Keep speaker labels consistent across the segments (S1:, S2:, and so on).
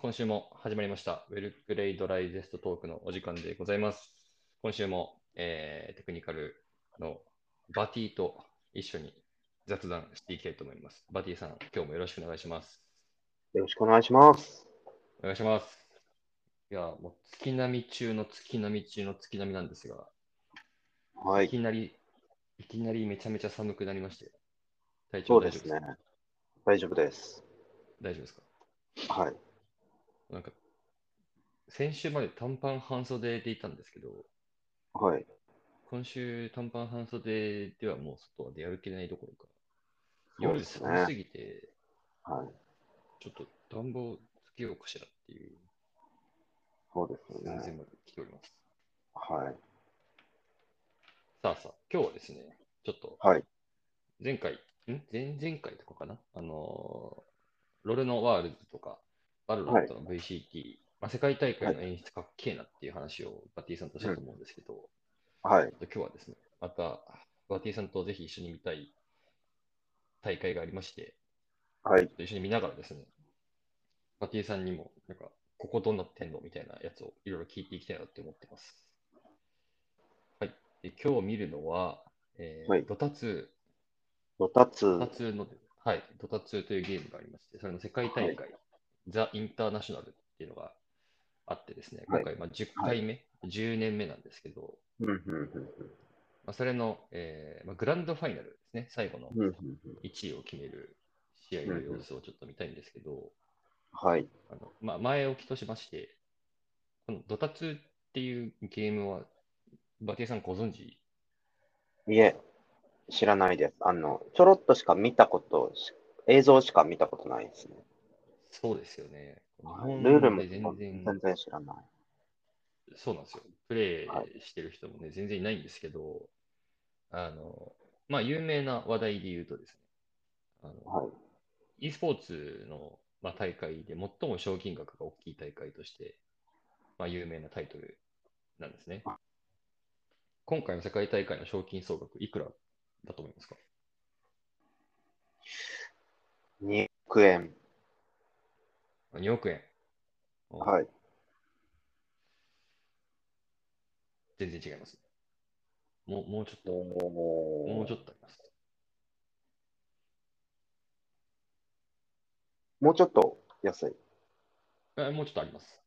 S1: 今週も始まりました。ウェルグレイドライジェストトークのお時間でございます。今週も、えーテクニカルのバティと一緒に雑談していきたいと思います。バティさん、今日もよろしくお願いします。
S2: よろしくお願いします。
S1: お願いします。いや、もう月並み中の月並み中の月並みなんですが、
S2: はいい。
S1: きなり、いきなりめちゃめちゃ寒くなりまして、体
S2: そ
S1: 調
S2: う
S1: 大丈夫
S2: で
S1: ですす
S2: ね
S1: か。
S2: 大丈夫です。
S1: 大丈夫ですか
S2: はい。
S1: なんか、先週まで短パン半袖でいたんですけど、
S2: はい。
S1: 今週、短パン半袖ではもう外は出歩けないどころか、
S2: そう
S1: 夜
S2: ですね
S1: 寒すぎて、
S2: はい。
S1: ちょっと暖房つけようかしらっていう
S2: そうですよ
S1: 先生
S2: ね。
S1: まで来ております。
S2: はい。
S1: さあさあ、今日はですね、ちょっと
S2: はい。
S1: 前回、ん前々回とかかなあのーロレノワールズとか、バルロットの VCT、まあ、世界大会の演出かっけえなっていう話をバティさんとしたと思うんですけど、
S2: はい。
S1: ちょっと今日はですね、またバティさんとぜひ一緒に見たい大会がありまして、
S2: はい。
S1: 一緒に見ながらですね、バティさんにも、なんか、ここどうなってんのみたいなやつをいろいろ聞いていきたいなって思ってます。はい。で今日見るのは、えー
S2: はい
S1: ドタツ
S2: ドタツ
S1: ー、ドタツーの、はい、ドタツーというゲームがありまして、それの世界大会、
S2: は
S1: ザ・インターナショナルっていうのがあってですね、
S2: は
S1: 今回、
S2: い
S1: まあ、10回目、10年目なんですけど、
S2: うんうんうん
S1: まあ、それの、えーまあ、グランドファイナルですね、最後の
S2: うんうんうんうん
S1: 1位を決める試合の様子をちょっと見たいんですけど、
S2: はい。
S1: あのまあ、前置きとしまして、このドタツーっていうゲームは、バティさんご存知
S2: いえ、知らないです。あの、ちょろっとしか見たことし、映像しか見たことないですね。
S1: そうですよね。日
S2: はい
S1: 本
S2: ルールも
S1: で全然、
S2: 全然知らない。
S1: そうなんですよ。プレ
S2: は
S1: イしてる人もね、全然いないんですけど、あの、まあ、有名な話題で言うとですね、あの
S2: はい。
S1: e スポーツの、まあ、大会で最も賞金額が大きい大会として、まあ、有名なタイトルなんですね。今回の世界大会の賞金総額いくらだと思いますか
S2: 2億円。
S1: 2億円。
S2: はい。
S1: 全然違います。もうもうちょっと、も
S2: も
S1: うちょっとあります。
S2: もうちょっと安い。
S1: あもうちょっとあります。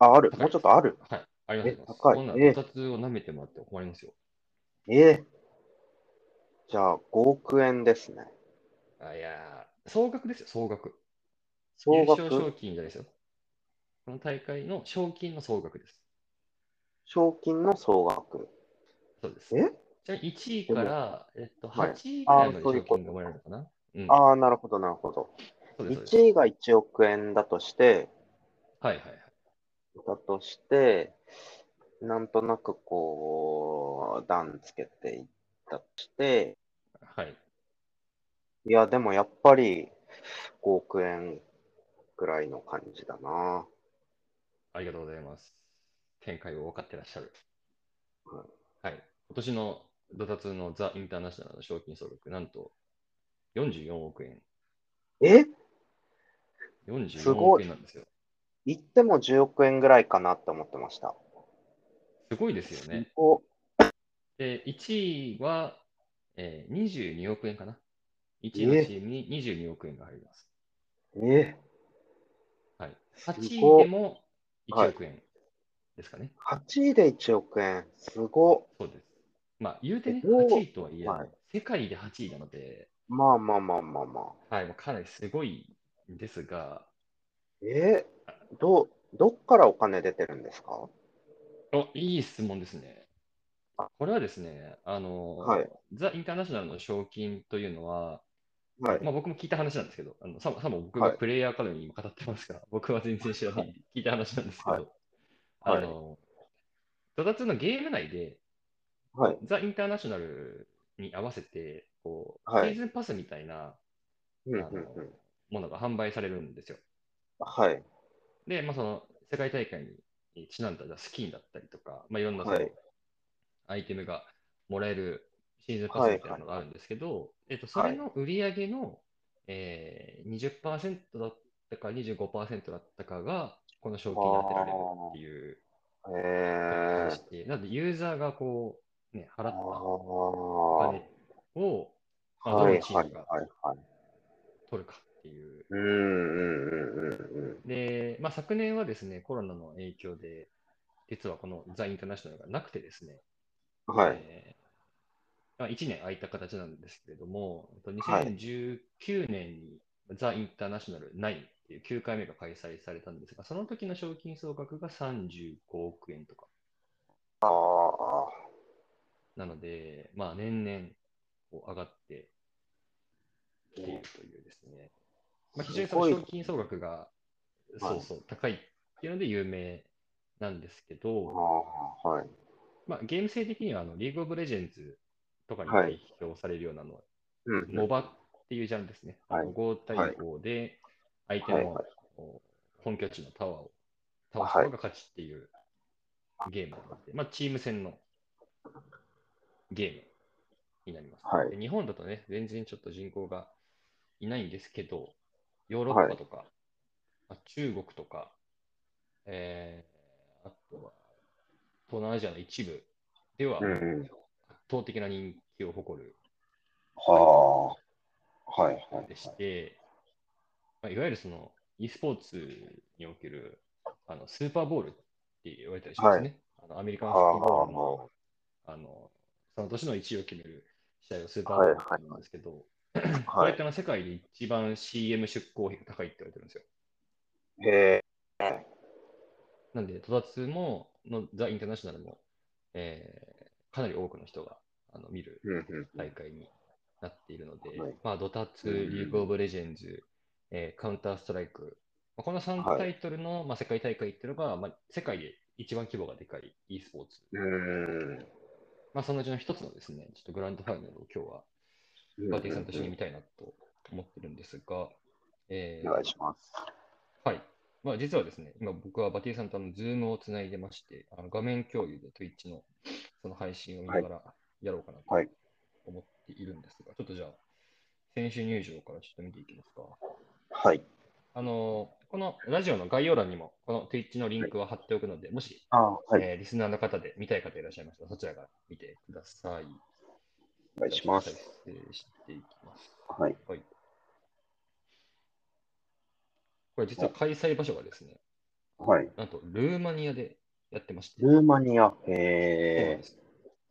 S2: あ、ある。
S1: 高い
S2: もうちょっとある。
S1: はい。ありますあ
S2: え
S1: ります。
S2: 高い
S1: こんな
S2: え
S1: 2つを舐めてもらって困りますよ。
S2: ええ。じゃあ、5億円ですね。
S1: あいやー総額ですよ、総額。
S2: 総
S1: 優勝賞
S2: 額、
S1: 金じゃないですよ。この大会の賞金の総額です。
S2: 賞金の総額。
S1: そうです。
S2: え
S1: じゃあ1位から、えっと、
S2: はい
S1: 8位ぐらいま
S2: あー
S1: で
S2: そうい
S1: 賞
S2: うこと
S1: 金がもらえるのかなうん、
S2: ああ、なるほど、なるほど。
S1: そうです、そうです。
S2: 1位が1億円だとして、
S1: はいはいはい。
S2: だとして、なんとなくこう、段つけていったとして、
S1: はい。
S2: いや、でもやっぱり5億円ぐらいの感じだな。
S1: ありがとうございます。見解を分かってらっしゃる。
S2: は
S1: はい。今年のドタツのザ・インターナショナルの賞金総額、なんと44億円。
S2: えす
S1: 44
S2: ご
S1: 億
S2: い
S1: 円なんですよ。
S2: 行っても10億円ぐらいかなって思ってました。
S1: すごいですよね。
S2: お
S1: で、1位は、えー、22億円かな。1位のチームに22億円が入ります。
S2: え
S1: はい。
S2: す
S1: 8位
S2: ご
S1: でも1億円ですかね。
S2: 8位で1億円。すご
S1: そうです。まあ、言うてね、
S2: すごい
S1: 8位とはいえ、
S2: はい
S1: 世界で8位なので、
S2: まあまあまあまあまあ。
S1: はい、もうかなりすごいんですが、
S2: えど、どっからお金出てるんですか
S1: お、いい質問ですね。これはですね、あの、
S2: はい
S1: ザ・インターナショナルの賞金というのは、
S2: はい。
S1: まあ、僕も聞いた話なんですけど、あのさもさも僕
S2: は
S1: が
S2: い
S1: プレイヤーアカデミーに今語ってますが、僕は全然知ら ない、聞いた話なんですけど、
S2: はいはい
S1: あの、ドタツのゲーム内で、
S2: はい。
S1: ザ・インターナショナルに合わせて、こう、
S2: はい
S1: シーズンパスみたいな
S2: うんう
S1: あ
S2: ん
S1: の
S2: うん。
S1: ものが販売されるんですよ。
S2: はい。
S1: で、まあ、その世界大会にちなんだスキーだったりとか、まあ、いろんなその
S2: はい
S1: アイテムがもらえるシーズンパスみたいなのがあるんですけど、えっと、それの売り上げの、えー、20%だったったか25%だったかが、この賞金に当てられるっていう感
S2: へえ
S1: じで、なのでユーザーがこう、ね、払
S2: あ
S1: ったお
S2: あ
S1: 金を、まあど
S2: は
S1: の
S2: い
S1: チ
S2: は
S1: ー
S2: い
S1: ムが
S2: はいはい。
S1: 取るかっていう。
S2: うんうんうんうんうん。
S1: で、まあ、昨年はですね、コロナの影響で、実はこのザ・インターナショナルがなくてですね、
S2: はい。
S1: えーまあ、1年空いた形なんですけれども、えっと
S2: はい
S1: 2019年にザ・インターナショナル9っていう9回目が開催されたんですが、その時の賞金総額が35億円とか。
S2: ああ。
S1: なので、まあ、年々こう上がってきているというですね。まあ、非常にその
S2: すごい
S1: 賞金総額が、
S2: は
S1: そ
S2: いう
S1: そう、高いっていうので有名なんですけど、
S2: ああ、はい。
S1: まあ、ゲーム性的にはあのリーグオブレジェンズとかに
S2: はい
S1: 代表されるようなの、
S2: うんうん。
S1: モバっていうジャンルですね。
S2: はい
S1: あの5対5で相手
S2: はい
S1: の
S2: はい
S1: こう本拠地のタワーを倒した方が勝ちっていうゲームなので、まあ、チーム戦のゲームになります。
S2: はい
S1: で日本だとね、全然ちょっと人口がいないんですけど、ヨーロッパとか、まあ中国とか、えー、あとは東南アジアの一部では
S2: うん
S1: 圧
S2: うん。
S1: 倒的な人気を誇る
S2: はあ。はいはい
S1: でして、まあ、いわゆるその e スポーツにおけるあのスーパーボールって言われたりしますね。あのアメリカンフットボールのあのその年の1位を決める試合をスーパーボールって言うんですけど、こ
S2: は
S1: れっ
S2: い。
S1: てあの世界で一番 CM 出向費が高いって言われてるんですよ。
S2: へえ。
S1: なんで、戸田ものザ・インターナショナルも、えーかなり多くの人があの見る
S2: うんうん。
S1: 大会になっているので、
S2: はい
S1: まあ、ドタツ、
S2: うん
S1: リーグ・オブ・レジェンズ、えーカウンター・ストライク、まあ、この
S2: は
S1: 3
S2: い
S1: タイトルの、まあ、世界大会っていうのが、まあ、世界で一番規模がでかい e スポーツ、
S2: うん。
S1: まあ、そのうちの一つのですね、ちょっとグランドファイナルを今日はバーティーさんと一緒に見たいなと思ってるんですが、え
S2: お
S1: ー
S2: 願いします。
S1: はい。まあ、実はですね、今僕はバティさんとあの Zoom をつないでまして、あの画面共有で Twitch のその配信を見ながらやろうかなと
S2: はい
S1: 思っているんですが、ちょっとじゃあ、選手入場からちょっと見ていきますか。
S2: はい。
S1: あのこのラジオの概要欄にも、この Twitch のリンクは貼っておくので、もし、
S2: ああ、はい。
S1: えーリスナーの方で見たい方いらっしゃいましたら、そちらから見てください。
S2: お願いします
S1: 再。生していきます。
S2: はい。
S1: はい。これ実は開催場所がですね、
S2: はい。
S1: なんと、ルーマニアでやってまして、
S2: ルーマニア。
S1: そうなん
S2: へえ
S1: で。す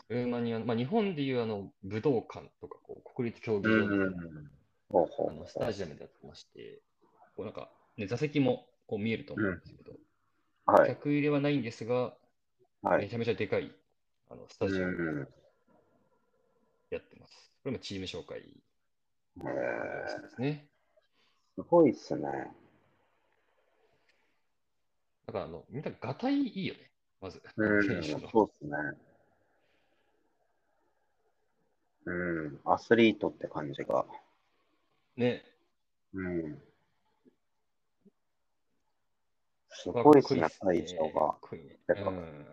S1: ルーマニアの、まあ、日本でいうあの武道館とかこう国立競技
S2: う
S1: 場
S2: ん
S1: とか、
S2: うん。ほうほう
S1: あのスタジアムでやってまして、こうなんか、ね、座席もこう見えると思うんですけど、
S2: はい。
S1: 客入れはないんですが、
S2: はい
S1: め。ちゃめちゃでかいあのスタジア
S2: うんうん
S1: ムやってます。これもチーム紹介
S2: へえ
S1: ですね。
S2: すごいっすね。
S1: だからあの、みんながたいいいよね、まず。
S2: う
S1: 選
S2: ん。
S1: 手の
S2: そうっすね。うん。アスリートって感じが。
S1: ね、
S2: うん。すごいっすね、
S1: これ
S2: 会長が
S1: かっ。こいいね。
S2: やっぱ
S1: うん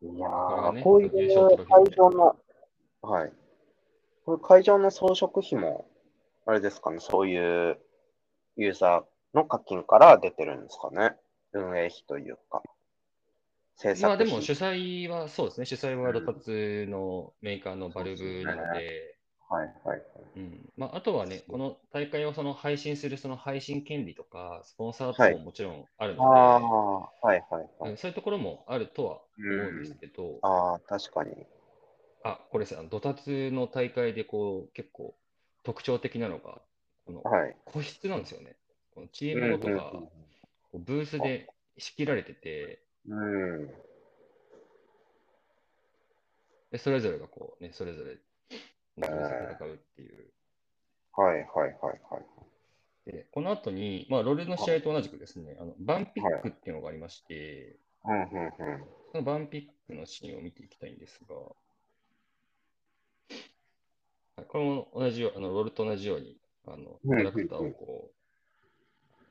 S2: いや
S1: これが
S2: ー、
S1: ね
S2: こういう
S1: 優勝トロフィー
S2: 会
S1: みたいな
S2: 場の、はい。これ会場の装飾費も、あれですかね、そういうユーザーの課金から出てるんですかね。運営費というか。制
S1: ま
S2: 作
S1: あ
S2: 費。
S1: でも主催はそうですね、主催はロタツのメーカーのバルブなので、
S2: はいはい
S1: うんまあ、あとはね、この大会をその配信するその配信権利とか、スポンサーとかももちろんあるので、
S2: はい。ああー、はいはいは
S1: う
S2: い。
S1: んそういうところもあるとは思うんですけど、
S2: ああ、確かに。
S1: あこれですねあのドタツの大会でこう結構特徴的なのが、この
S2: はい。
S1: 個室なんですよね。このチームごとがこうブースで仕切られてて、
S2: うん。
S1: でそれぞれがこう、ね、それぞれのブースで戦うっていう。
S2: はいはいはいはい。
S1: で、この後に、まあ、ロールの試合と同じくですね、あのバンピックっていうのがありまして、
S2: うんうんうん。
S1: そのバンピックのシーンを見ていきたいんですが、はいこれも同じようあのロールと同じように、あの
S2: うん
S1: キャラクターをこう、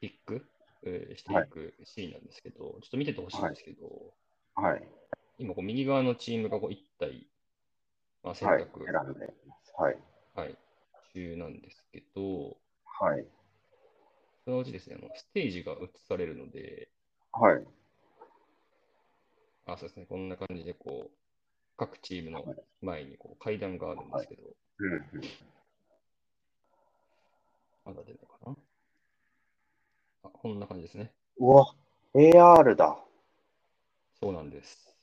S1: ピックえーしていくシーンなんですけど、ちょっと見ててほしいんですけど、
S2: はい。
S1: 今こう、右側のチームがこう1体、まあ、選
S2: はい。
S1: 択、
S2: 選んでます。はい。
S1: はい中なんですけど、
S2: はい。
S1: じですね、もうステージが映されるので、
S2: はい。
S1: あ、そうですね、こんな感じで、こう、各チームの前にこう階段があるんですけど、
S2: うんうん。
S1: まだ出るのかなあ、こんな感じですね。
S2: うわ、AR だ。
S1: そうなんです。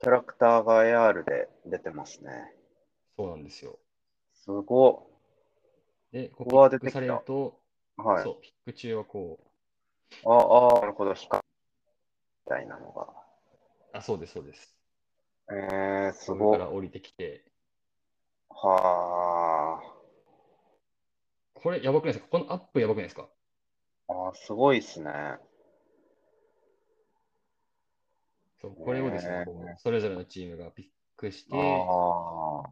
S2: キャラクターが AR で出てますね。
S1: そうなんですよ。
S2: すご
S1: で、こ
S2: うわ
S1: こピックされると、
S2: っ。はい。
S1: そう、ピック中はこ
S2: ああー、なるほど、光みたいなのが。
S1: う、あ、そうです、そうです。
S2: えー、す
S1: そこ
S2: ごい
S1: か。ら降りてきて、
S2: は
S1: これやばくないですかこのアップやばくないですか
S2: あ。あーすごいですね。
S1: そうこれをですね、こうそれぞれのチームがピックして、
S2: ああ、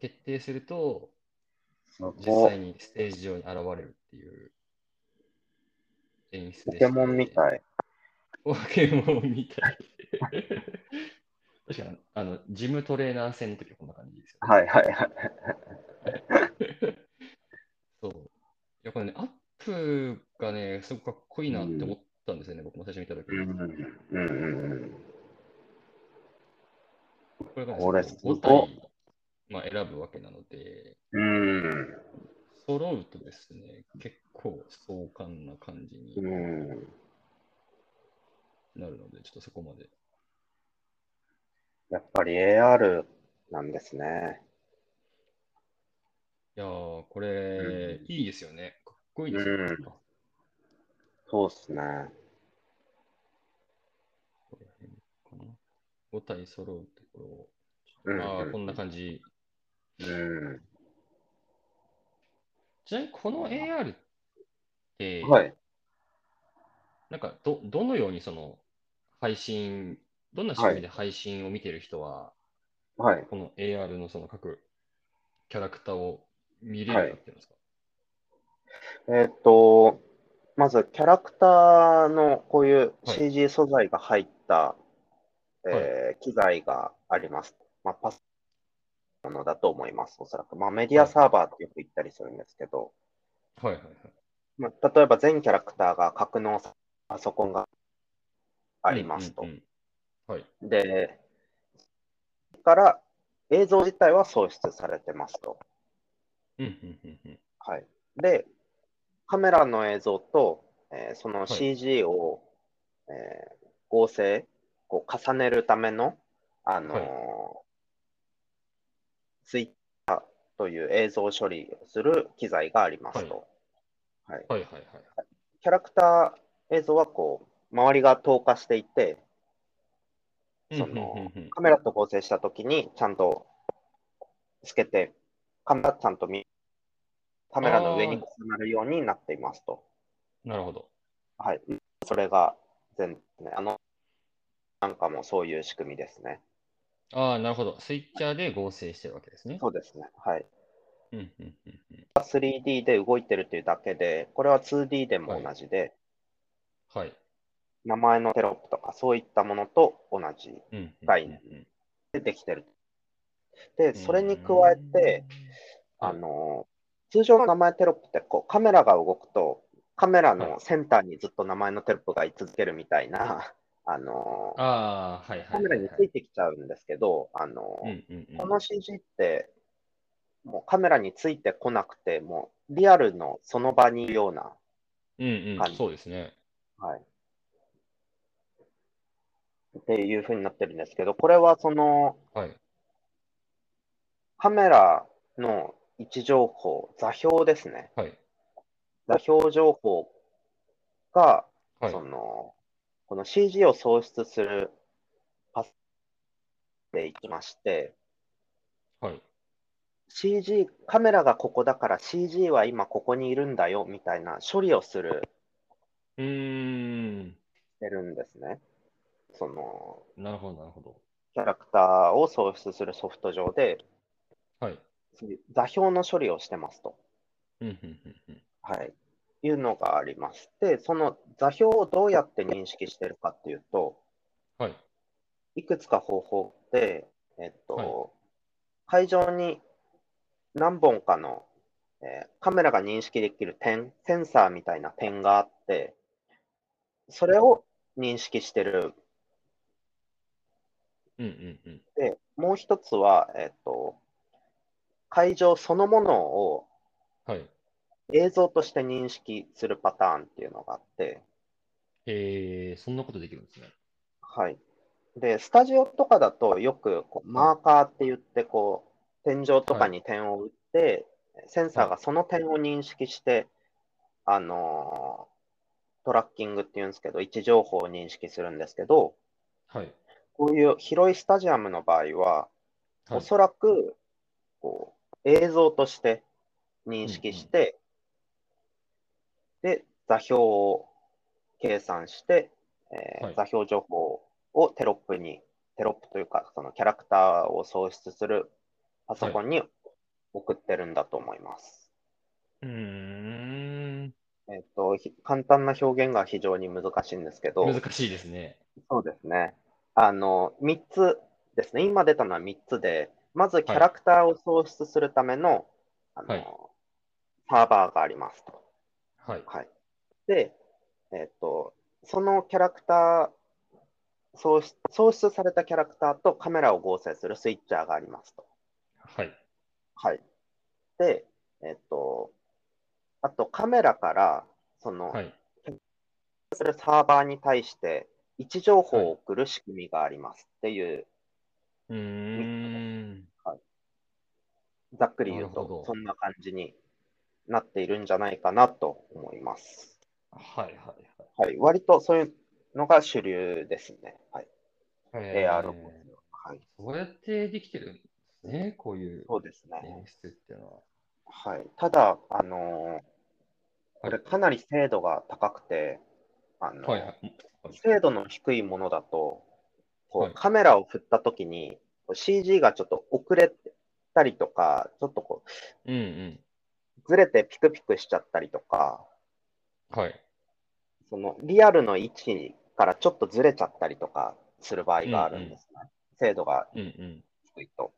S1: 決定すると、
S2: す
S1: 実
S2: ご
S1: 際
S2: い。
S1: にステージ上に現れるっていう演出
S2: ポ
S1: で
S2: ケモンみ
S1: い。
S2: たい。
S1: ポケモンみたい。確かに、あの、ジムトレーナー戦の時はこんな感じですよ、ね。
S2: はいはいはい。
S1: そう。いや、これね、アップがね、すごくかっこいいなって思ったんですよね、僕も最初見た時。
S2: うんうんうんうん。
S1: これが
S2: これ
S1: ね、
S2: すごい
S1: 5体、まあ、選ぶわけなので、
S2: うん、
S1: 揃うとですね、結構壮観な感じに
S2: うん、
S1: なるので、ちょっとそこまで。
S2: やっぱり AR なんですね。
S1: いやー、これ、
S2: う
S1: いいですよね。かっこいいですよね。
S2: うん
S1: こ
S2: そうですね。
S1: こら辺かな5体揃うとこ
S2: う
S1: ろ。
S2: ん、
S1: ああ、こんな感じ。
S2: うん、
S1: ちなみに、この AR って、
S2: はい。
S1: なんかど、どのようにその配信、どんな仕組みで配信を見てる人は、
S2: はい。
S1: この AR のその各キャラクターを見れるようになってるんですか、
S2: えーっと、まずキャラクターのこういう
S1: はい
S2: CG 素材が入った、
S1: い
S2: えー機材があります。まあ、パスものだと思います、おそらく。まあ、メディアサーバーってよく言ったりするんですけど、
S1: はい、はいはいはい
S2: まあ、例えば全キャラクターが格納さパソコンがありますと
S1: うん。うんうんはい。
S2: で、から映像自体は創出されてますと。
S1: うんうんうんうん。
S2: はい、で、カメラの映像と、えーそ
S1: は
S2: の
S1: い
S2: CG を、えー合成、こう重ねるための、あのー
S1: はい
S2: ツイッターという映像処理をする機材がありますと。はい、
S1: はいはいはい。
S2: キャラクター映像はこう周りが透過していて、
S1: う
S2: その
S1: んうんうんうん
S2: カメラと合成したときに、ちゃんと透けて、カメラちゃんと見、カメラの上に重なるようになっていますと。
S1: なるほど。
S2: はい。それが全、ね、あの、なんかもそういう仕組みですね。
S1: ああ、なるほど。スイッチャーで合成してるわけですね。
S2: そうですね。はい。
S1: うんうんうんうん
S2: 3D で動いてるというだけで、これは 2D でも同じで、
S1: はい。
S2: 名前のテロップとかそういったものと同じ
S1: うんうんうんうん
S2: 概念でできてる。で、それに加えて、、あの、通常の名前テロップってこうカメラが動くと、カメラのセンターにずっと名前のテロップが居続けるみたいな、 あの、
S1: ああ、はいはいはい。
S2: カメラについてきちゃうんですけど、あの
S1: う、んうんうん
S2: この CG って、もうカメラについてこなくて、もうリアルのその場にいるような、
S1: うんうん、そうですね。
S2: はい。っていう風になってるんですけど、これはその、
S1: はい。
S2: カメラの位置情報、座標ですね。
S1: はい。
S2: 座標情報が、
S1: はい
S2: そ。のこの CG を創出するパスでいきまして、
S1: はい。
S2: CG、カメラがここだから CG は今ここにいるんだよみたいな処理をする、
S1: うーん。
S2: してるんですね。その
S1: なるほど、なるほど。
S2: キャラクターを創出するソフト上で、
S1: はい。
S2: 座標の処理をしてますと。
S1: うんうんうんうん。
S2: はい。いうのがあります。で、その座標をどうやって認識してるかっていうと、
S1: はい。
S2: いくつか方法で、えっと、
S1: はい
S2: 会場に何本かのえーカメラが認識できる点、センサーみたいな点があって、それを認識してる。
S1: うんうんうん。
S2: で、もう一つは、えっと、会場そのものを
S1: はい。
S2: 映像として認識するパターンっていうのがあって、
S1: えー、そんなことできるんですね。
S2: はい。で、スタジオとかだとよくこうマーカーって言って、こう、天井とかに点を打って、センサーがその点を認識して、あのートラッキングっていうんですけど、位置情報を認識するんですけど、
S1: はい。
S2: こういう広いスタジアムの場合は、
S1: はい、
S2: おそらくこう映像として認識して、で、座標を計算して、えー
S1: はい
S2: 座標情報をテロップに、テロップというか、そのキャラクターを創出するパソコンに送ってるんだと思います。
S1: うーん。
S2: えっと、ひ簡単な表現が非常に難しいんですけど、
S1: 難しいですね。
S2: そうですね。あの、3つですね。今出たのは3つで、まずキャラクターを創出するための、あの、
S1: はい
S2: サーバーがありますと。
S1: はい。
S2: で、えっと、そのキャラクター、創出創出されたキャラクターとカメラを合成するスイッチャーがありますと。
S1: はい。
S2: はい。で、えっと、あとカメラから、その、
S1: はい。
S2: するサーバーに対して位置情報を送る仕組みがありますっていう、
S1: うーん。
S2: ざっくり言う
S1: なるほ
S2: と
S1: ど、
S2: そんな感じになっているんじゃないかなと思います。
S1: はいはいはい。
S2: はい、割とそういうのが主流ですね。はい、
S1: え
S2: AR を、はい。
S1: そうやってできてるんですね、こういう
S2: そうですね。
S1: 演出っていうのは。
S2: はい、ただ、あのーこれかなり精度が高くて、あのー
S1: はいはい。
S2: 精度の低いものだと、こう
S1: はい
S2: カメラを振ったときにこう CG がちょっと遅れたりとか、ちょっとこ
S1: うんうん。
S2: うずれてピクピクしちゃったりとか、
S1: はい。
S2: そのリアルの位置からちょっとずれちゃったりとかする場合があるんですね。精度が
S1: うんうん。
S2: 低いと。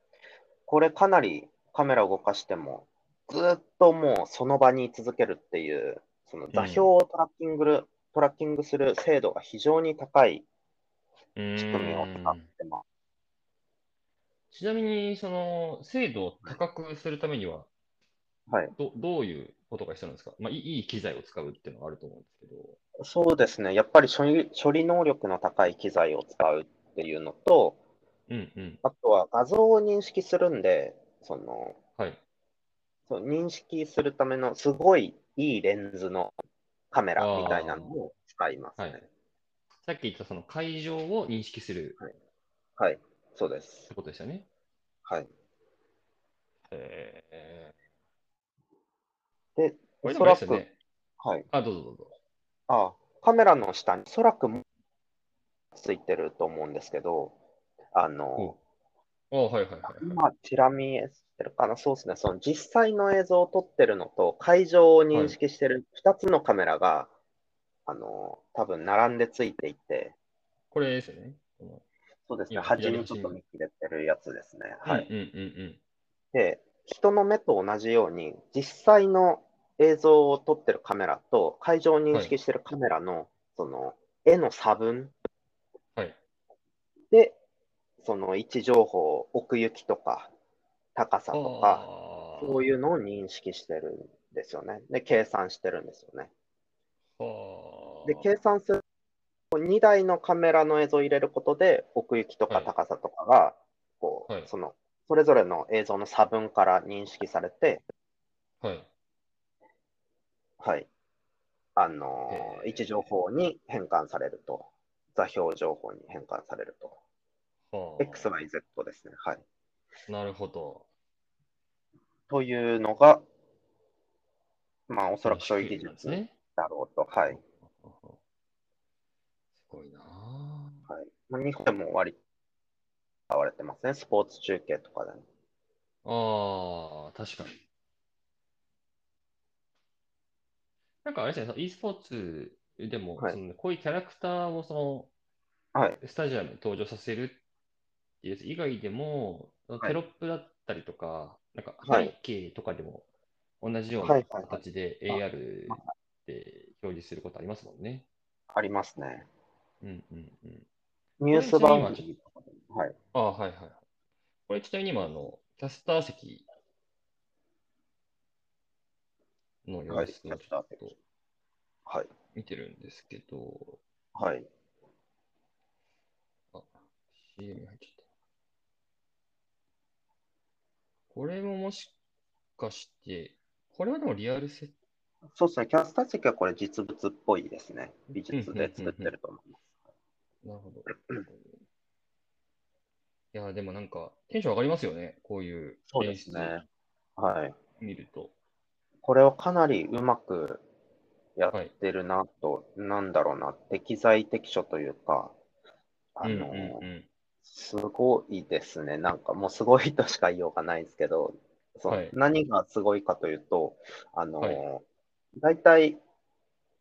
S2: これかなりカメラを動かしても、ずっともうその場に居続けるっていう、その座標をトラッキングる、トラッキングする精度が非常に高い仕組みを使ってます。
S1: ちなみに、その、精度を高くするためには、
S2: はい。
S1: どどういうことが必要なんですか、まあ、いいいい機材を使うっていうのはあると思うんですけど。
S2: そうですね。やっぱり処理処理能力の高い機材を使うっていうのと、
S1: うんうん。
S2: あとは画像を認識するんで、その、
S1: はい。
S2: そう認識するためのすごいいいレンズのカメラみたいなのを使いますね。
S1: はいさっき言ったその会場を認識する
S2: はい、そうで
S1: っ
S2: す
S1: て。ことでしたね。
S2: はい、
S1: えー、
S2: で、
S1: こ
S2: お
S1: れで
S2: そ
S1: もあれ
S2: ら
S1: です
S2: く、
S1: よね。
S2: はい、
S1: あ、どうぞどうぞ。
S2: あカメラの下におそらくもついてると思うんですけど、あの、
S1: あ、はいはいはいはい。
S2: 今、チラ見えしてるかな、そうですね、その実際の映像を撮ってるのと、会場を認識してる2つのカメラが、あの、多分並んでついていて、
S1: これですよね。この
S2: そうですね、
S1: 今
S2: 端
S1: 左
S2: に
S1: 端
S2: ちょっ
S1: に
S2: と見切れてるやつですね。はい。
S1: うんうんうん
S2: で、人の目と同じように、実際の映像を撮ってるカメラと、会場を認識してるカメラの、その、絵の差分
S1: はい
S2: で、その位置情報、奥行きとか、高さ
S1: うん。
S2: とか、
S1: あー
S2: そういうのを認識してるんですよね。で、計算してるんですよね。
S1: はあ
S2: で、計算する2台のカメラの映像を入れることで、奥行きとか
S1: はい
S2: 高さとかが、こう、
S1: はい
S2: その、それぞれの映像の差分から認識されて、
S1: はい。
S2: はい。あの
S1: へー
S2: ー、位置情報に変換されると。座標情報に変換されると。
S1: はあ
S2: XYZ ですね。はい。
S1: なるほど。
S2: というのが、まあ、おそらくそういう技
S1: なんです
S2: 術
S1: ね。
S2: だろうと。はい。
S1: すごいなあ
S2: はい、まあ日本でも割と使われてますね。スポーツ中継とかで
S1: あ
S2: も。
S1: あ、確かに。なんかあれですね、その e スポーツでも、
S2: はい
S1: そのこういうキャラクターをそ
S2: はい。
S1: のスタジアムに登場させるっていうやつ以外でも、その
S2: はい
S1: テロップだったりとか、なんか
S2: は
S1: 背
S2: い
S1: 景とかでも、同じよう
S2: は
S1: ない
S2: はいはい
S1: 形で AR で表示することありますもんね。
S2: ありますね。
S1: うんうんうん。
S2: ニュース番組とかでもはい。
S1: ああ、はいはいはい。これちなみに今、あの、キャスター席の様
S2: はい
S1: 子
S2: キ
S1: を
S2: ャ
S1: ち
S2: ス
S1: ょ
S2: ター
S1: っ
S2: 席
S1: と
S2: はい。
S1: 見てるんですけど、
S2: はい。
S1: あ、CM 入っちゃった。これももしかして、これはでもリアルセット
S2: そうですね。キャスター席はこれ実物っぽいですね。美術で作ってると思います。
S1: なるほど。いやー、でもなんか、テンション上がりますよね。こういう
S2: そうですね。はい。
S1: 演出見ると。
S2: これをかなりうまくやってるなと、なんだろうな、適材適所というか、あ
S1: う
S2: の、
S1: んうんうん。
S2: すごいですね。なんかもうすごいとしか言いようがないんですけど、そう
S1: はい
S2: 何がすごいかというと、あの、
S1: はい
S2: 大体、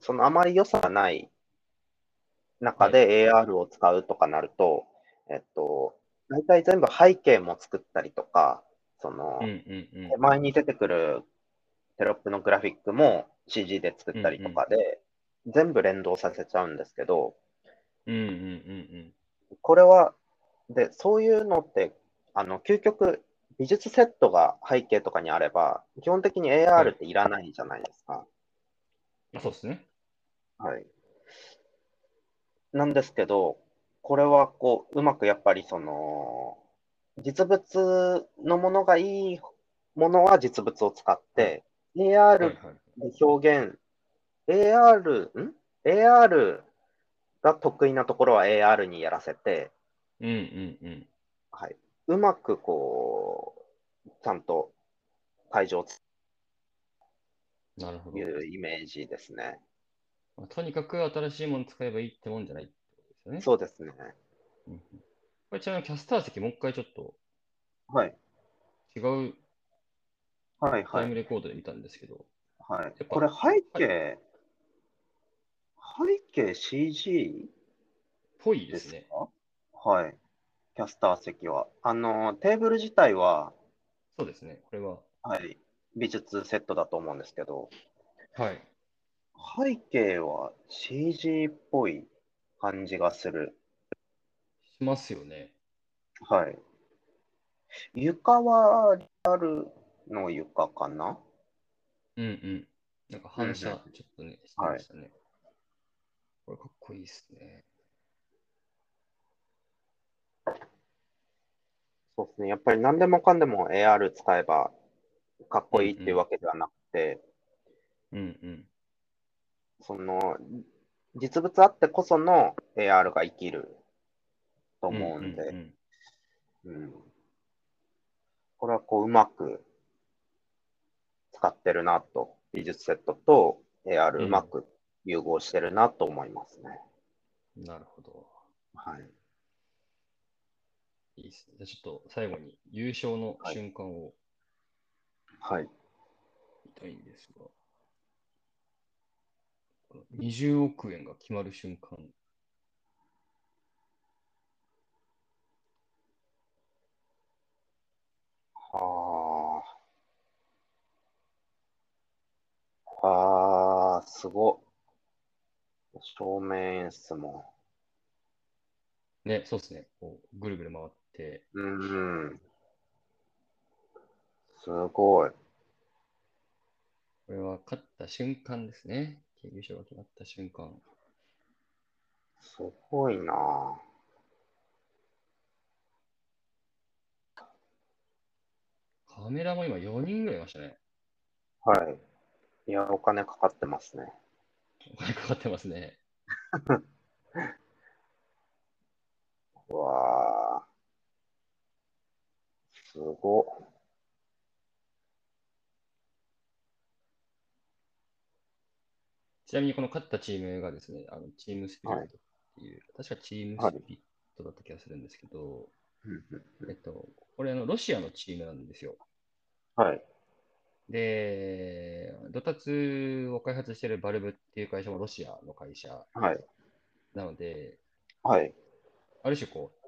S2: そのあまり良さがない中で AR を使うとかなると、えっと、大体全部背景も作ったりとか、その、
S1: うんうんうん。
S2: 手前に出てくるテロップのグラフィックも CG で作ったりとかで、全部連動させちゃうんですけど、
S1: うんうんうん
S2: これは、で、そういうのって、あの、究極、美術セットが背景とかにあれば、基本的に
S1: はい
S2: AR っていらないじゃないですか。
S1: うん。そうですね。
S2: はい。なんですけど、これはこう、うまくやっぱりその、実物のものがいいものは実物を使って、
S1: はいはい
S2: AR。で表現、AR、ん ?AR が得意なところは AR にやらせて、
S1: うんうんうん。
S2: はい、うまくこう、ちゃんと会場と
S1: なるほど
S2: い。うイメージですね。
S1: まあとにかく新しいもの使えばいいってもんじゃないってことですよね。
S2: そうですね。
S1: うんうんこれちなみにキャスター席もう一回ちょっと
S2: はい。
S1: 違う
S2: はい
S1: タ
S2: は
S1: イム
S2: い。
S1: レコードで見たんですけど、
S2: はい
S1: ぱ、
S2: これ背景、背景 CG
S1: ぽいで
S2: ですす
S1: ね。
S2: かはい。キャスター席は。あの、テーブル自体は、
S1: そうですね。これは。
S2: はい、美術セットだと思うんですけど、
S1: はい。
S2: 背景は CG っぽい感じがする。
S1: しますよね。
S2: はい。床はリアルの床かな
S1: うんうん。なんか反射、
S2: うん
S1: ちょっとね、してましたね。これかっこいいですね。
S2: そうですね。やっぱり何でもかんでも AR 使えばかっこいいっていうわけではなくて、
S1: うんうん。
S2: その、実物あってこその AR が生きると思うん
S1: う
S2: で、
S1: ん
S2: うんこれはこううまく使ってるなと、美術セットと AR
S1: うん
S2: うまく融合してるなと思いますね。
S1: うんなるほど。
S2: はい。
S1: いいですね。じゃあちょっと最後に優勝の
S2: はい
S1: 瞬間を
S2: はい。
S1: 見たいんですが、この20億円が決まる瞬間。
S2: はあ。はあ、すごっ。照明演出も。
S1: ね、そうですね。こうぐるぐる回って、
S2: うん。すご
S1: こ
S2: い。
S1: れは勝った瞬間ですね。優勝が決まった瞬間。
S2: すごいなあ
S1: カメラも今4人ぐらいいましたね。
S2: はい。いや、お金かかってますね。
S1: お金かかってますね。
S2: うわあ。すごっ。
S1: ちなみにこの勝ったチームがですね、あのチームスピリットっていう、確かチームスピリットだった気がするんですけど、えっと、これあのロシアのチームなんですよ。
S2: はい。
S1: で、ドタツを開発してるバルブっていう会社もロシアの会社
S2: はい。
S1: なので、
S2: はい。
S1: ある種こう、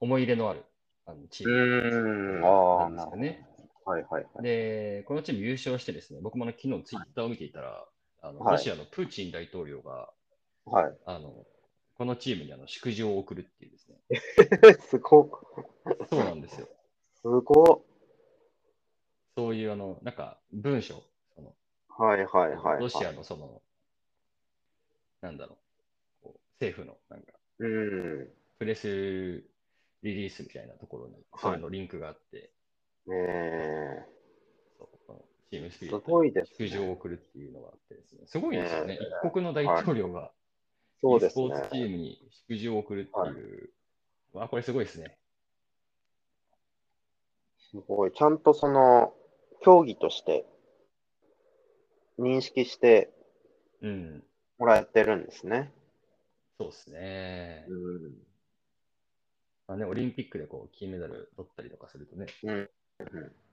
S1: 思い入れのあるあのチ
S2: う
S1: ーム
S2: ーん。
S1: な
S2: ああ、
S1: んで
S2: な
S1: すよ
S2: るほ
S1: ね。
S2: ど。はいはいはい。
S1: で、このチーム優勝してですね、僕もね、昨日ツイッターを見ていたら、あの
S2: はい
S1: ロシアのプーチン大統領が、
S2: はい。
S1: あのこのチームにあの祝辞を送るっていうですね。
S2: すごっ。
S1: そうなんですよ。
S2: すご
S1: そういうあの、なんか文章、その
S2: っ。はいはいはい、はい。
S1: ロシアのその、なんだろう、こう政府のなんか
S2: うん。
S1: プレスリリースみたいなところに、そういうのリンクがあって、
S2: ねえ。
S1: そうそのチームスピリ
S2: す
S1: ッ
S2: ご
S1: ト
S2: いです、
S1: 祝辞を
S2: ね。
S1: 送るっていうのがあってですね、すごいですよね
S2: ね。
S1: 一国の大統領が、
S2: そう
S1: e
S2: で
S1: ス
S2: す
S1: ポーツチ
S2: ね。
S1: ームに祝辞を送るっていう、わあこれすごいですね。
S2: すごい。ちゃんとその、競技として、認識して
S1: うん、
S2: もらえてるんですね。
S1: そうですね。
S2: うん。
S1: まあね、オリンピックでこう金メダル取ったりとかするとね、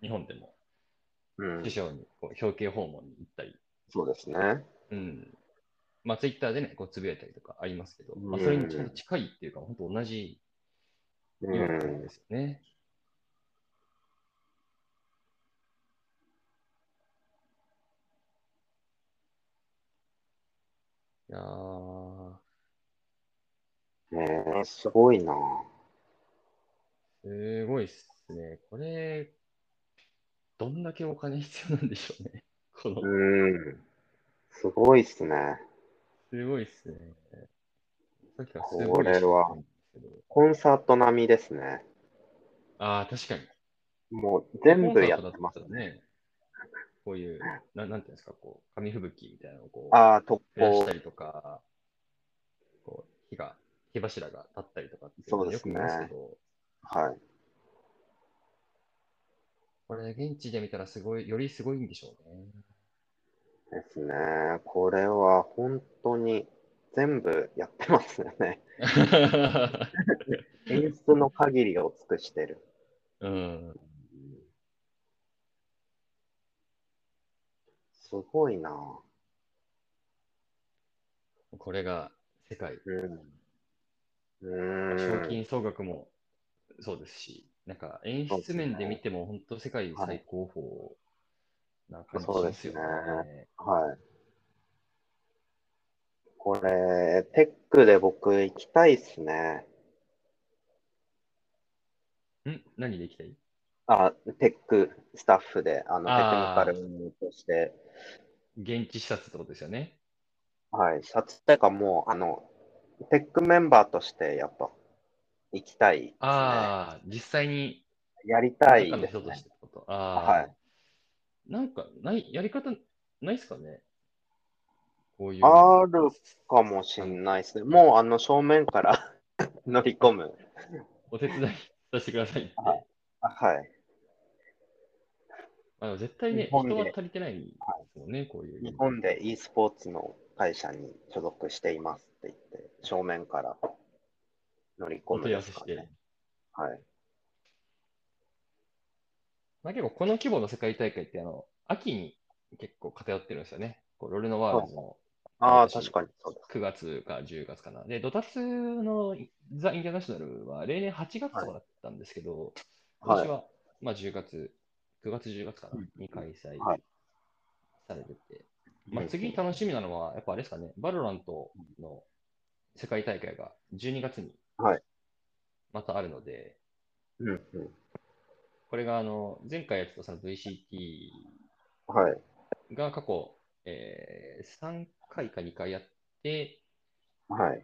S1: 日本でも
S2: うん。
S1: 師匠にこう表敬訪問に行ったり、
S2: そうですね。
S1: うんまあ、ツイッターでね、こうつぶやいたりとかありますけど、まあ、
S2: うん
S1: それにちょっと近いっていうか、本当同じ
S2: う
S1: ような感じ
S2: ん。
S1: ですよね。いやー、
S2: ねえ、すごいな。
S1: すごいっすね。これ、どんだけお金必要なんでしょうね。 この、
S2: うん。すごいっすね。
S1: すごいっすね。さっきからすごい
S2: これは
S1: って言ってたんです
S2: コンサート並みですね。
S1: けど。ああ、確かに。
S2: もう全部やってま
S1: コンサート
S2: す
S1: だったら
S2: ね。
S1: ね。こういう、ななんていうんですか、こう、紙吹雪みたいなのをこう、
S2: ああ、特
S1: 増やし
S2: 攻
S1: た。りとか、こう、火が、火柱が立ったりとかってい
S2: そ
S1: の
S2: うで
S1: よ
S2: す
S1: く
S2: ね
S1: 見ますけど、
S2: はい。
S1: これ、現地で見たらすごい、よりすごいんでしょ うね。
S2: ですね。これは本当に全部やってますよ ね。演出の限りを尽くしてる。
S1: うん。
S2: すごいな。
S1: これが世界
S2: うん。う
S1: 賞
S2: ーん。
S1: 金総額もそうですし、なんか演
S2: そうで
S1: 出
S2: すね
S1: 面で見ても本当世界最高峰な感じですよね。
S2: そうはい。これ、テックで僕行きたいっすね。
S1: ん何で行きたい
S2: あ、テックスタッフで、あの、テ
S1: あー
S2: クニカルとして、
S1: 現地視察ってことですよね。
S2: はい、シャツっていうかもう、あの、テックメンバーとして、やっぱ、行きたいですね。
S1: ああ、実際に
S2: やりたい
S1: 中の
S2: です
S1: 人として
S2: ね。
S1: ってこと。ああ、
S2: はい
S1: なんかない、やり方ないですかねこういう。
S2: あるかもしんないですね。もう、あの、正面から 乗り込む。
S1: お手伝いさせてくださいって。
S2: はいあはい。
S1: あの絶対ね、
S2: 日
S1: 人
S2: 本で
S1: は足りてないんですもんね、こういう。
S2: 日本で e スポーツの会社に所属していますって言って、正面から乗り込
S1: お
S2: む
S1: 問い合
S2: で
S1: わ
S2: す
S1: せ
S2: か
S1: し
S2: ね。
S1: て。
S2: はい。
S1: まあ、結構この規模の世界大会ってあの秋に結構偏ってるんですよね。こうロレノワールズの
S2: ああ、
S1: 私
S2: 確かにそうで
S1: 9月か10月かな。で、ドタツのザ・インターナショナルは例年8月とかだったんですけど、
S2: はい
S1: 今年は、まあ、10月、9月、10月かな、に開催
S2: はい
S1: されてて、
S2: す。
S1: まあ、次楽しみなのは、やっぱあれですかね、バロラントの世界大会が12月に
S2: はい
S1: またあるので、
S2: うんうん。
S1: これがあの前回やってたその VCT
S2: はい。
S1: が過去、えー3回か2回やって、
S2: はい。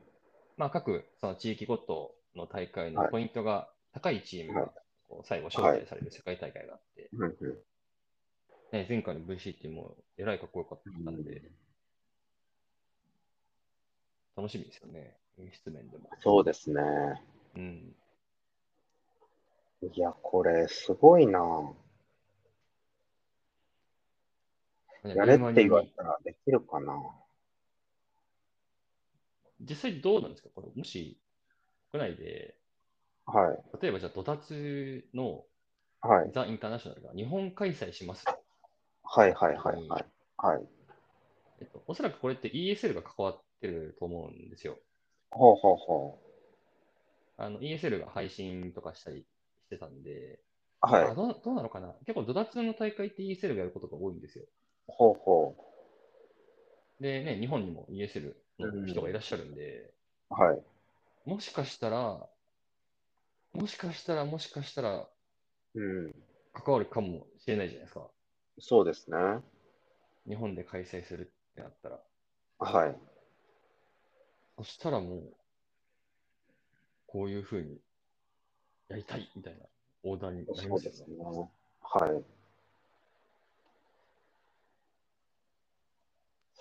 S1: まあ、各その地域ごとの大会の
S2: はい
S1: ポイントが高いチーム
S2: はい
S1: がこう最後招待される世界大会があって、
S2: うんうん。
S1: ね、前回の VCT もえらいかっこよかったんで、楽しみですよね、演出面でも。
S2: そうですね。
S1: うん、
S2: いや、これ、すごいな。やれって言われたらできるかな。
S1: 実際どうなんですかこれもし国内で、
S2: はい。
S1: 例えばじゃあドタツの
S2: はい。
S1: ザ・インターナショナルが日本開催しますと
S2: はいはいはいはい。はい。
S1: えっと、おそらくこれって ESL が関わってると思うんですよ。
S2: ほうほうほ
S1: あの ESL が配信とかしたりしてたんで、
S2: はい。
S1: あどうどうなのかな結構、ドダツの大会って ESL がやることが多いんですよ。
S2: ほうほ
S1: で、ね、日本にも ESL の人がいらっしゃるんで、
S2: う。はい。
S1: もしかしたら、もしかしたら、もしかしたら、
S2: うん。
S1: 関わるかもしれないじゃないですか。
S2: そうですね。
S1: 日本で開催するってなったら。
S2: はい。
S1: そしたらもう、こういうふうにやりたいみたいなオーダーになり
S2: そ
S1: ま
S2: う
S1: すよ
S2: で
S1: ね。
S2: すね。はい。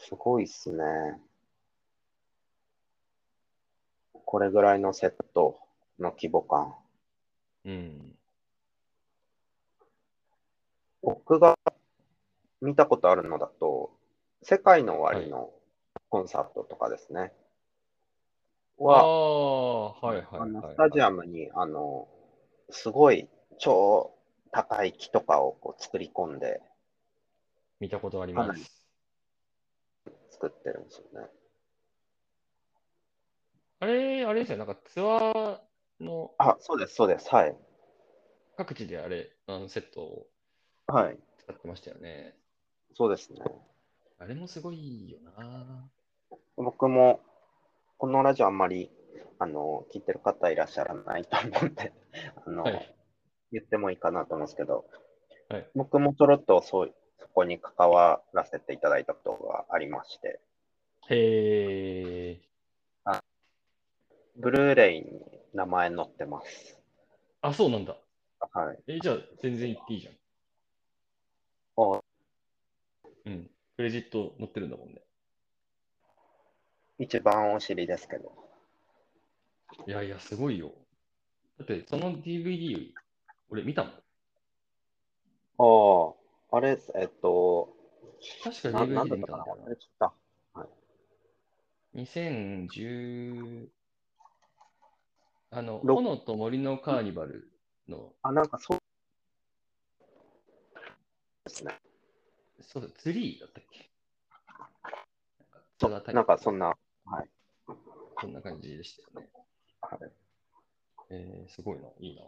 S2: すごいっすね。これぐらいのセットの規模感。
S1: うん。
S2: 僕が見たことあるのだと、世界の終わりのコンサートとかですね。
S1: あ
S2: は、
S1: あ、はいはい
S2: あ
S1: はい、
S2: の
S1: はい。
S2: スタジアムに、あの、すごい超高い木とかをこう作り込んで
S1: 見たことあります。
S2: 作ってるんですよね。
S1: あれ、あれですよ。なんかツアーの
S2: あ、そうです、そうです。はい。
S1: 各地であれ、あのセットを
S2: はい。
S1: 使ってましたよね。
S2: そうですね。
S1: あれもすごいよな。
S2: 僕も、このラジオあんまり、あの、聞いてる方いらっしゃらないと思って、 あの、
S1: はい。
S2: 言ってもいいかなと思うんですけど、
S1: はい
S2: 僕もちょろっとそうそこに関わらせていただいたことがありまして、
S1: へえ。
S2: ブルーレイに名前載ってます。
S1: あ、そうなんだ。
S2: はい。
S1: え、じゃあ全然言っていいじゃん。
S2: あ
S1: うん。クレジット載ってるんだもんね。
S2: 一番お尻ですけど。
S1: いやいや、すごいよ。だって、その DVD、俺見たもん。
S2: ああ、あれです、えっと、
S1: 確か
S2: な
S1: DVD
S2: なんだ
S1: で
S2: っ
S1: 見
S2: た
S1: た
S2: か
S1: ん
S2: な
S1: だよ
S2: 忘れちゃっ
S1: な。2010、あの、
S2: ろ
S1: 炎と森のカーニバルの、
S2: た。あ、なんかそうですね。
S1: そうだ、ツリーだったっけ
S2: そ
S1: なんか
S2: なんかそん
S1: な、
S2: な、は
S1: そんな感じでしたよね。
S2: い
S1: えー、すごいな、いいな。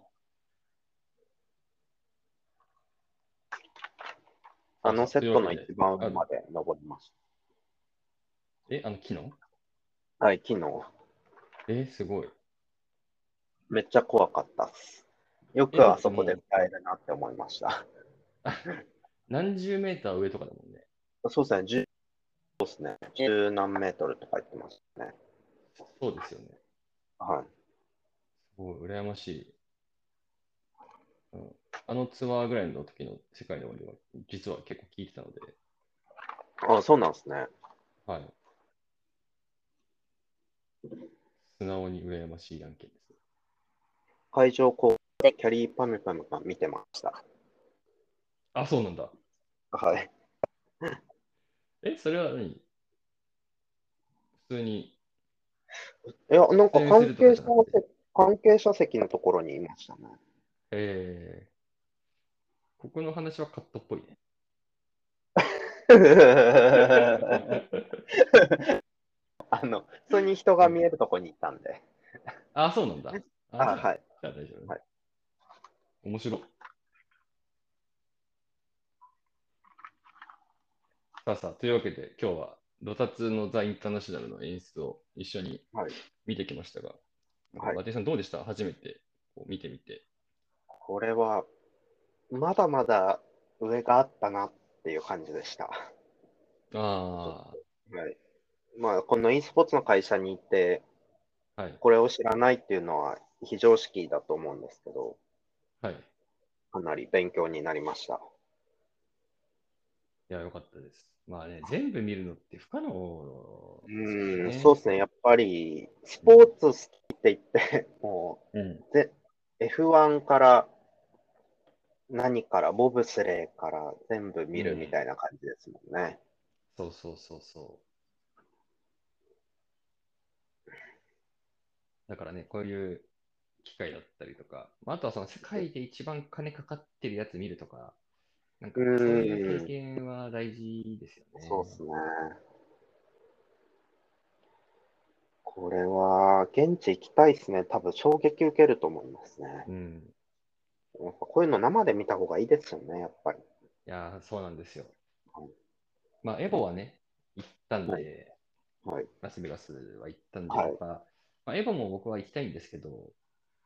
S2: あのセットの
S1: というわけ
S2: 一
S1: で
S2: 番上まで登りまし
S1: え、あの、機能
S2: た。はい、昨日、
S1: えー、すごい。
S2: めっちゃ怖かったっす。よ
S1: え
S2: くあそこで
S1: でも
S2: 歌えるなって思いました。
S1: 何十メーター上とかだもんね。
S2: そうですね、十そうですね、十何メートルとか言ってましたね。
S1: そうですよね。
S2: はい。
S1: すごい、羨ましい。うん、あのツアーぐらいの時の世界の音楽は、実は結構聴いてたので、
S2: あ、そうなんですね。
S1: はい。素直に羨ましい案件です。
S2: 会場こうでキャリーパムパムパム見てました。
S1: あ、そうなんだ。
S2: はい。
S1: え、それは何普通に。
S2: いや、なんか
S1: えー
S2: 関係
S1: す
S2: 者
S1: るとこじゃなくて
S2: 席、関係者席のところにいましたね。
S1: えー、ここの話はカットっ ぽいね。
S2: あの、普通に人が見えるとこに行ったんで。
S1: あ、そうなんだ。あ。
S2: あ、はいい。
S1: じゃあ大丈夫、
S2: はい
S1: 面白い。さあさあ、というわけで今日はロタツのザ・インターナショナルの演出を一緒に
S2: はい
S1: 見てきましたが、
S2: はい
S1: マティさんどうでした初めてこう見てみて。
S2: これは、まだまだ上があったなっていう感じでした。
S1: あ
S2: はい。まあ、この e スポーツの会社に行って、
S1: あ、はい。
S2: これを知らないっていうのは非常識だと思うんですけど、
S1: はい。い
S2: かなり勉強になりました。
S1: や、よかったです。まあね、全部見るのって不可能
S2: う
S1: ですよ
S2: ん、そうですね、やっぱりスポーツ好きって言って、 も
S1: うん。
S2: う F1 から何から、ボブスレーから全部見るみたいな感じですもんね。
S1: そうそうそうそう。だからね、こういう機会だったりとか、まあ、あとはその世界で一番金かかってるやつ見るとか、なんかそういう経験は大事ですよね。
S2: そうですね。これは現地行きたいですね。多分衝撃受けると思いますね。
S1: うん。
S2: やっぱこういうの生で見た方がいいですよね、やっぱり。
S1: いやー、そうなんですよ
S2: はい。
S1: まあ、エボはね、行ったんで、
S2: ははい。
S1: ラスベガスは行ったんで、
S2: はい
S1: やっぱまあ、エボも僕は行きたいんですけど、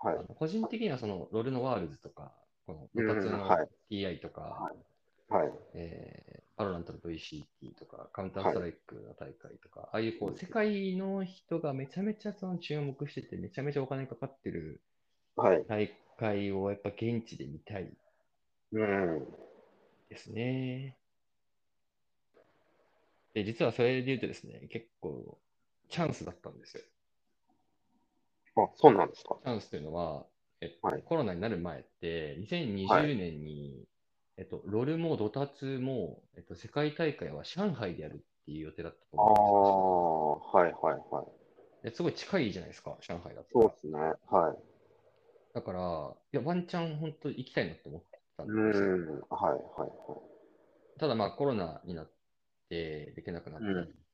S2: はい
S1: あの個人的にはそのロルノワールズとか、この
S2: う
S1: 部
S2: ん
S1: 活の
S2: はい
S1: TI とか、
S2: はい。
S1: えーパロラントの VCT とか、カウンターストライクの大会とか、ああいうこう世界の人がめちゃめちゃその注目してて、めちゃめちゃお金かかってる
S2: はい。
S1: 大会をやっぱ現地で見たい
S2: うん。
S1: ですね。で、実はそれで言うとですね、結構チャンスだったんですよ。
S2: あ、そうなんですか。
S1: チャンスというのは、えっと
S2: はい
S1: コロナになる前って、
S2: は
S1: 2020年に、えっと、ロルもドタツも、えっと、世界大会は上海でやるっていう予定だったと
S2: ああ、
S1: 思
S2: はいはいはい。
S1: うんですよですごい近いじゃないですか、上海だと。
S2: そうですね。は
S1: だから、いや、ワンチャン本当行きたいなと思った
S2: い。
S1: ん
S2: う
S1: ですよ。
S2: ん。はいはいはい。
S1: ただまあコロナになってできなくなったっ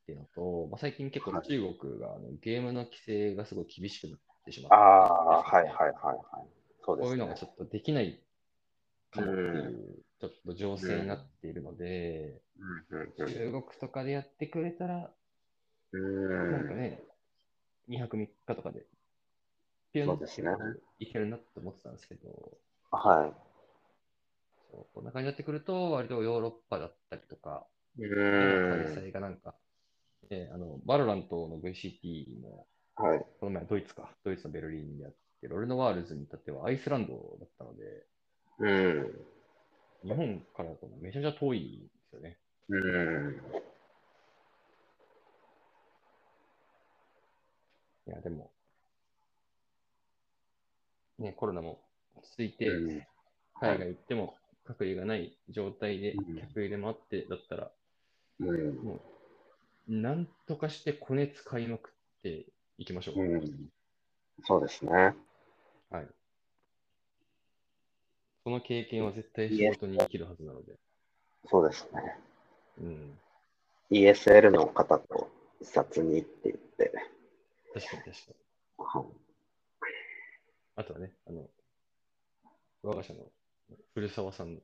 S1: ていうのと、まあ、最近結構
S2: はい
S1: 中国があのゲームの規制がすごい厳しくなってしまっ
S2: あ
S1: て、
S2: あ、はいはいはいはい。そうで
S1: こうい
S2: す
S1: うの
S2: ね
S1: が。ちょっとできないかもっていう、ちょっと情勢になっているので、
S2: うん
S1: 中国とかでやってくれたら、
S2: うん
S1: なん
S2: う
S1: か
S2: ん。
S1: ね、2泊3日とかで、ピュン
S2: そ
S1: っ
S2: うですね
S1: ていけるなって思ってたんですけど、
S2: は
S1: そうこんな感じになってくると、割とヨーロッパだったりとか、
S2: い。う
S1: 開
S2: ん。
S1: 催がなんか、えーあのバロラントの VCT も
S2: はい。
S1: この前ドイツか、ドイツのベルリンでやって、ロルノワールズに至ってはアイスランドだったので、
S2: うん。
S1: 日本からだとめちゃめちゃ遠いんですよね。
S2: うん。
S1: いや、でも、ね、コロナも落ち着いて、
S2: うん
S1: 海外行っても隔離がない状態で
S2: うん
S1: 客入れもあってだったら、
S2: うん。
S1: なんとかしてコネ使いまくっていきましょう。
S2: うん。そうですね。
S1: その経験は絶対
S2: い
S1: 仕
S2: え
S1: 事に生きるはずなので。
S2: そうですね。
S1: うん。
S2: ESL の方と視察に行って言って。
S1: 確かに確かに。
S2: はい
S1: あとはね、あの、我が社の古澤さんの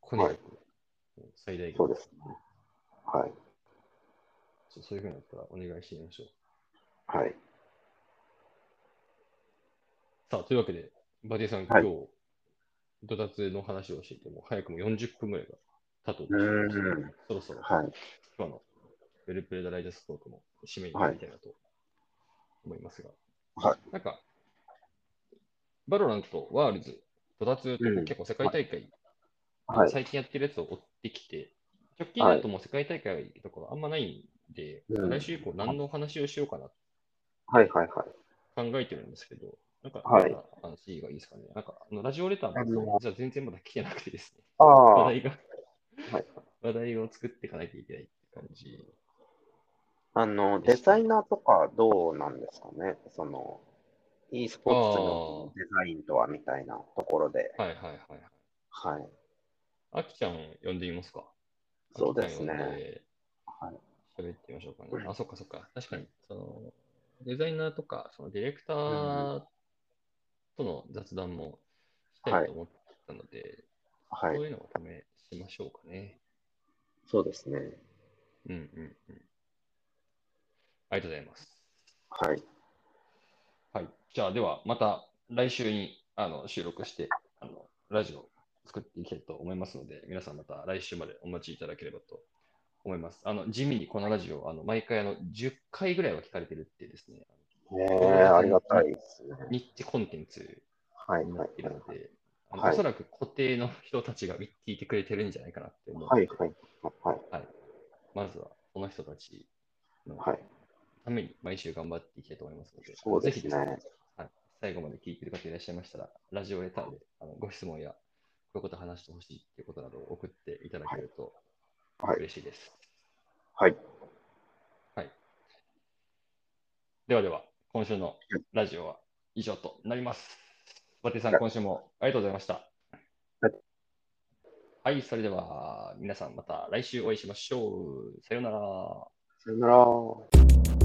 S1: コネ力を最大限、
S2: そうですね。はい。
S1: そうそういうふうになったらお願いしてみましょう。
S2: はい。
S1: さあ、というわけで、バディさん、
S2: はい
S1: 今日、ドタツの話をしていて、もう早くも40分ぐらいが経とうと
S2: う
S1: しています
S2: ん。
S1: そろそろ
S2: はい。
S1: 今日のウェルプレダライジェストトークも締めに行きたいなと思いますが、
S2: は
S1: なんか、バロラント、ワールズ、ドタツと
S2: うん
S1: 結構世界大会
S2: はい。
S1: 最近やってるやつを追ってきて、直近だともう世界大会とかあんまないんで、
S2: うん
S1: 来週以降何のお話をしようかなと
S2: はいはいはい。
S1: 考えてるんですけど、なんか、
S2: はい
S1: どんな話がいいですかね。なんか、あのラジオレター
S2: あ
S1: も
S2: の
S1: 実は全然まだ来てなくてですね、
S2: あ
S1: 話
S2: あ。
S1: 題が、
S2: はい
S1: 話題を作っていかなきゃいけないって感じ。
S2: あの、デザイナーとかどうなんですかねその、e スポーツのデザインとはみたいなところで。
S1: はいはいはいはい。
S2: はい。
S1: あきちゃん呼んでみますか。
S2: そうですね
S1: あきちゃん呼んで
S2: はい
S1: 喋ってみましょうか
S2: う
S1: ね。
S2: ん
S1: あ、そっかそっか。確かに、その、デザイナーとか、そのディレクターとの雑談もしたいと思ったので、
S2: は
S1: そう
S2: い。
S1: いうのを試しましょうかね。
S2: そうですね。
S1: うんうんうん。ありがとうございます。
S2: はい。
S1: はい。じゃあ、では、また来週にあの収録して、あの、ラジオを作っていきたいと思いますので、皆さんまた来週までお待ちいただければと思います。あの、地味にこのラジオ、あの、毎回あの、10回ぐらいは聞かれてるっていうですね、
S2: えー、ありがたいですね。
S1: ニッチコンテンツ
S2: はい
S1: にな
S2: は
S1: って
S2: い
S1: いる
S2: はい
S1: の。で、あの
S2: はい
S1: おそらく固定の人たちが聞いてくれてるんじゃないかなって思う。
S2: はいはいはい。
S1: まずは、この人たちの
S2: はい。
S1: ために毎週頑張っていきたいと思いますので、
S2: そうです
S1: ぜひで
S2: ね
S1: すね、はい、最後まで聞いてる方いらっしゃいましたら、ラジオレターであのご質問や、こういうこと話してほしいということなどを送っていただけると
S2: はい
S1: 嬉しいです。
S2: はい。
S1: ではでは、今週のラジオは以上となります。バティさん、
S2: はい
S1: 今週もありがとうございました
S2: はい。
S1: はい、それでは皆さんまた来週お会いしましょう。さようなら。
S2: さよなら。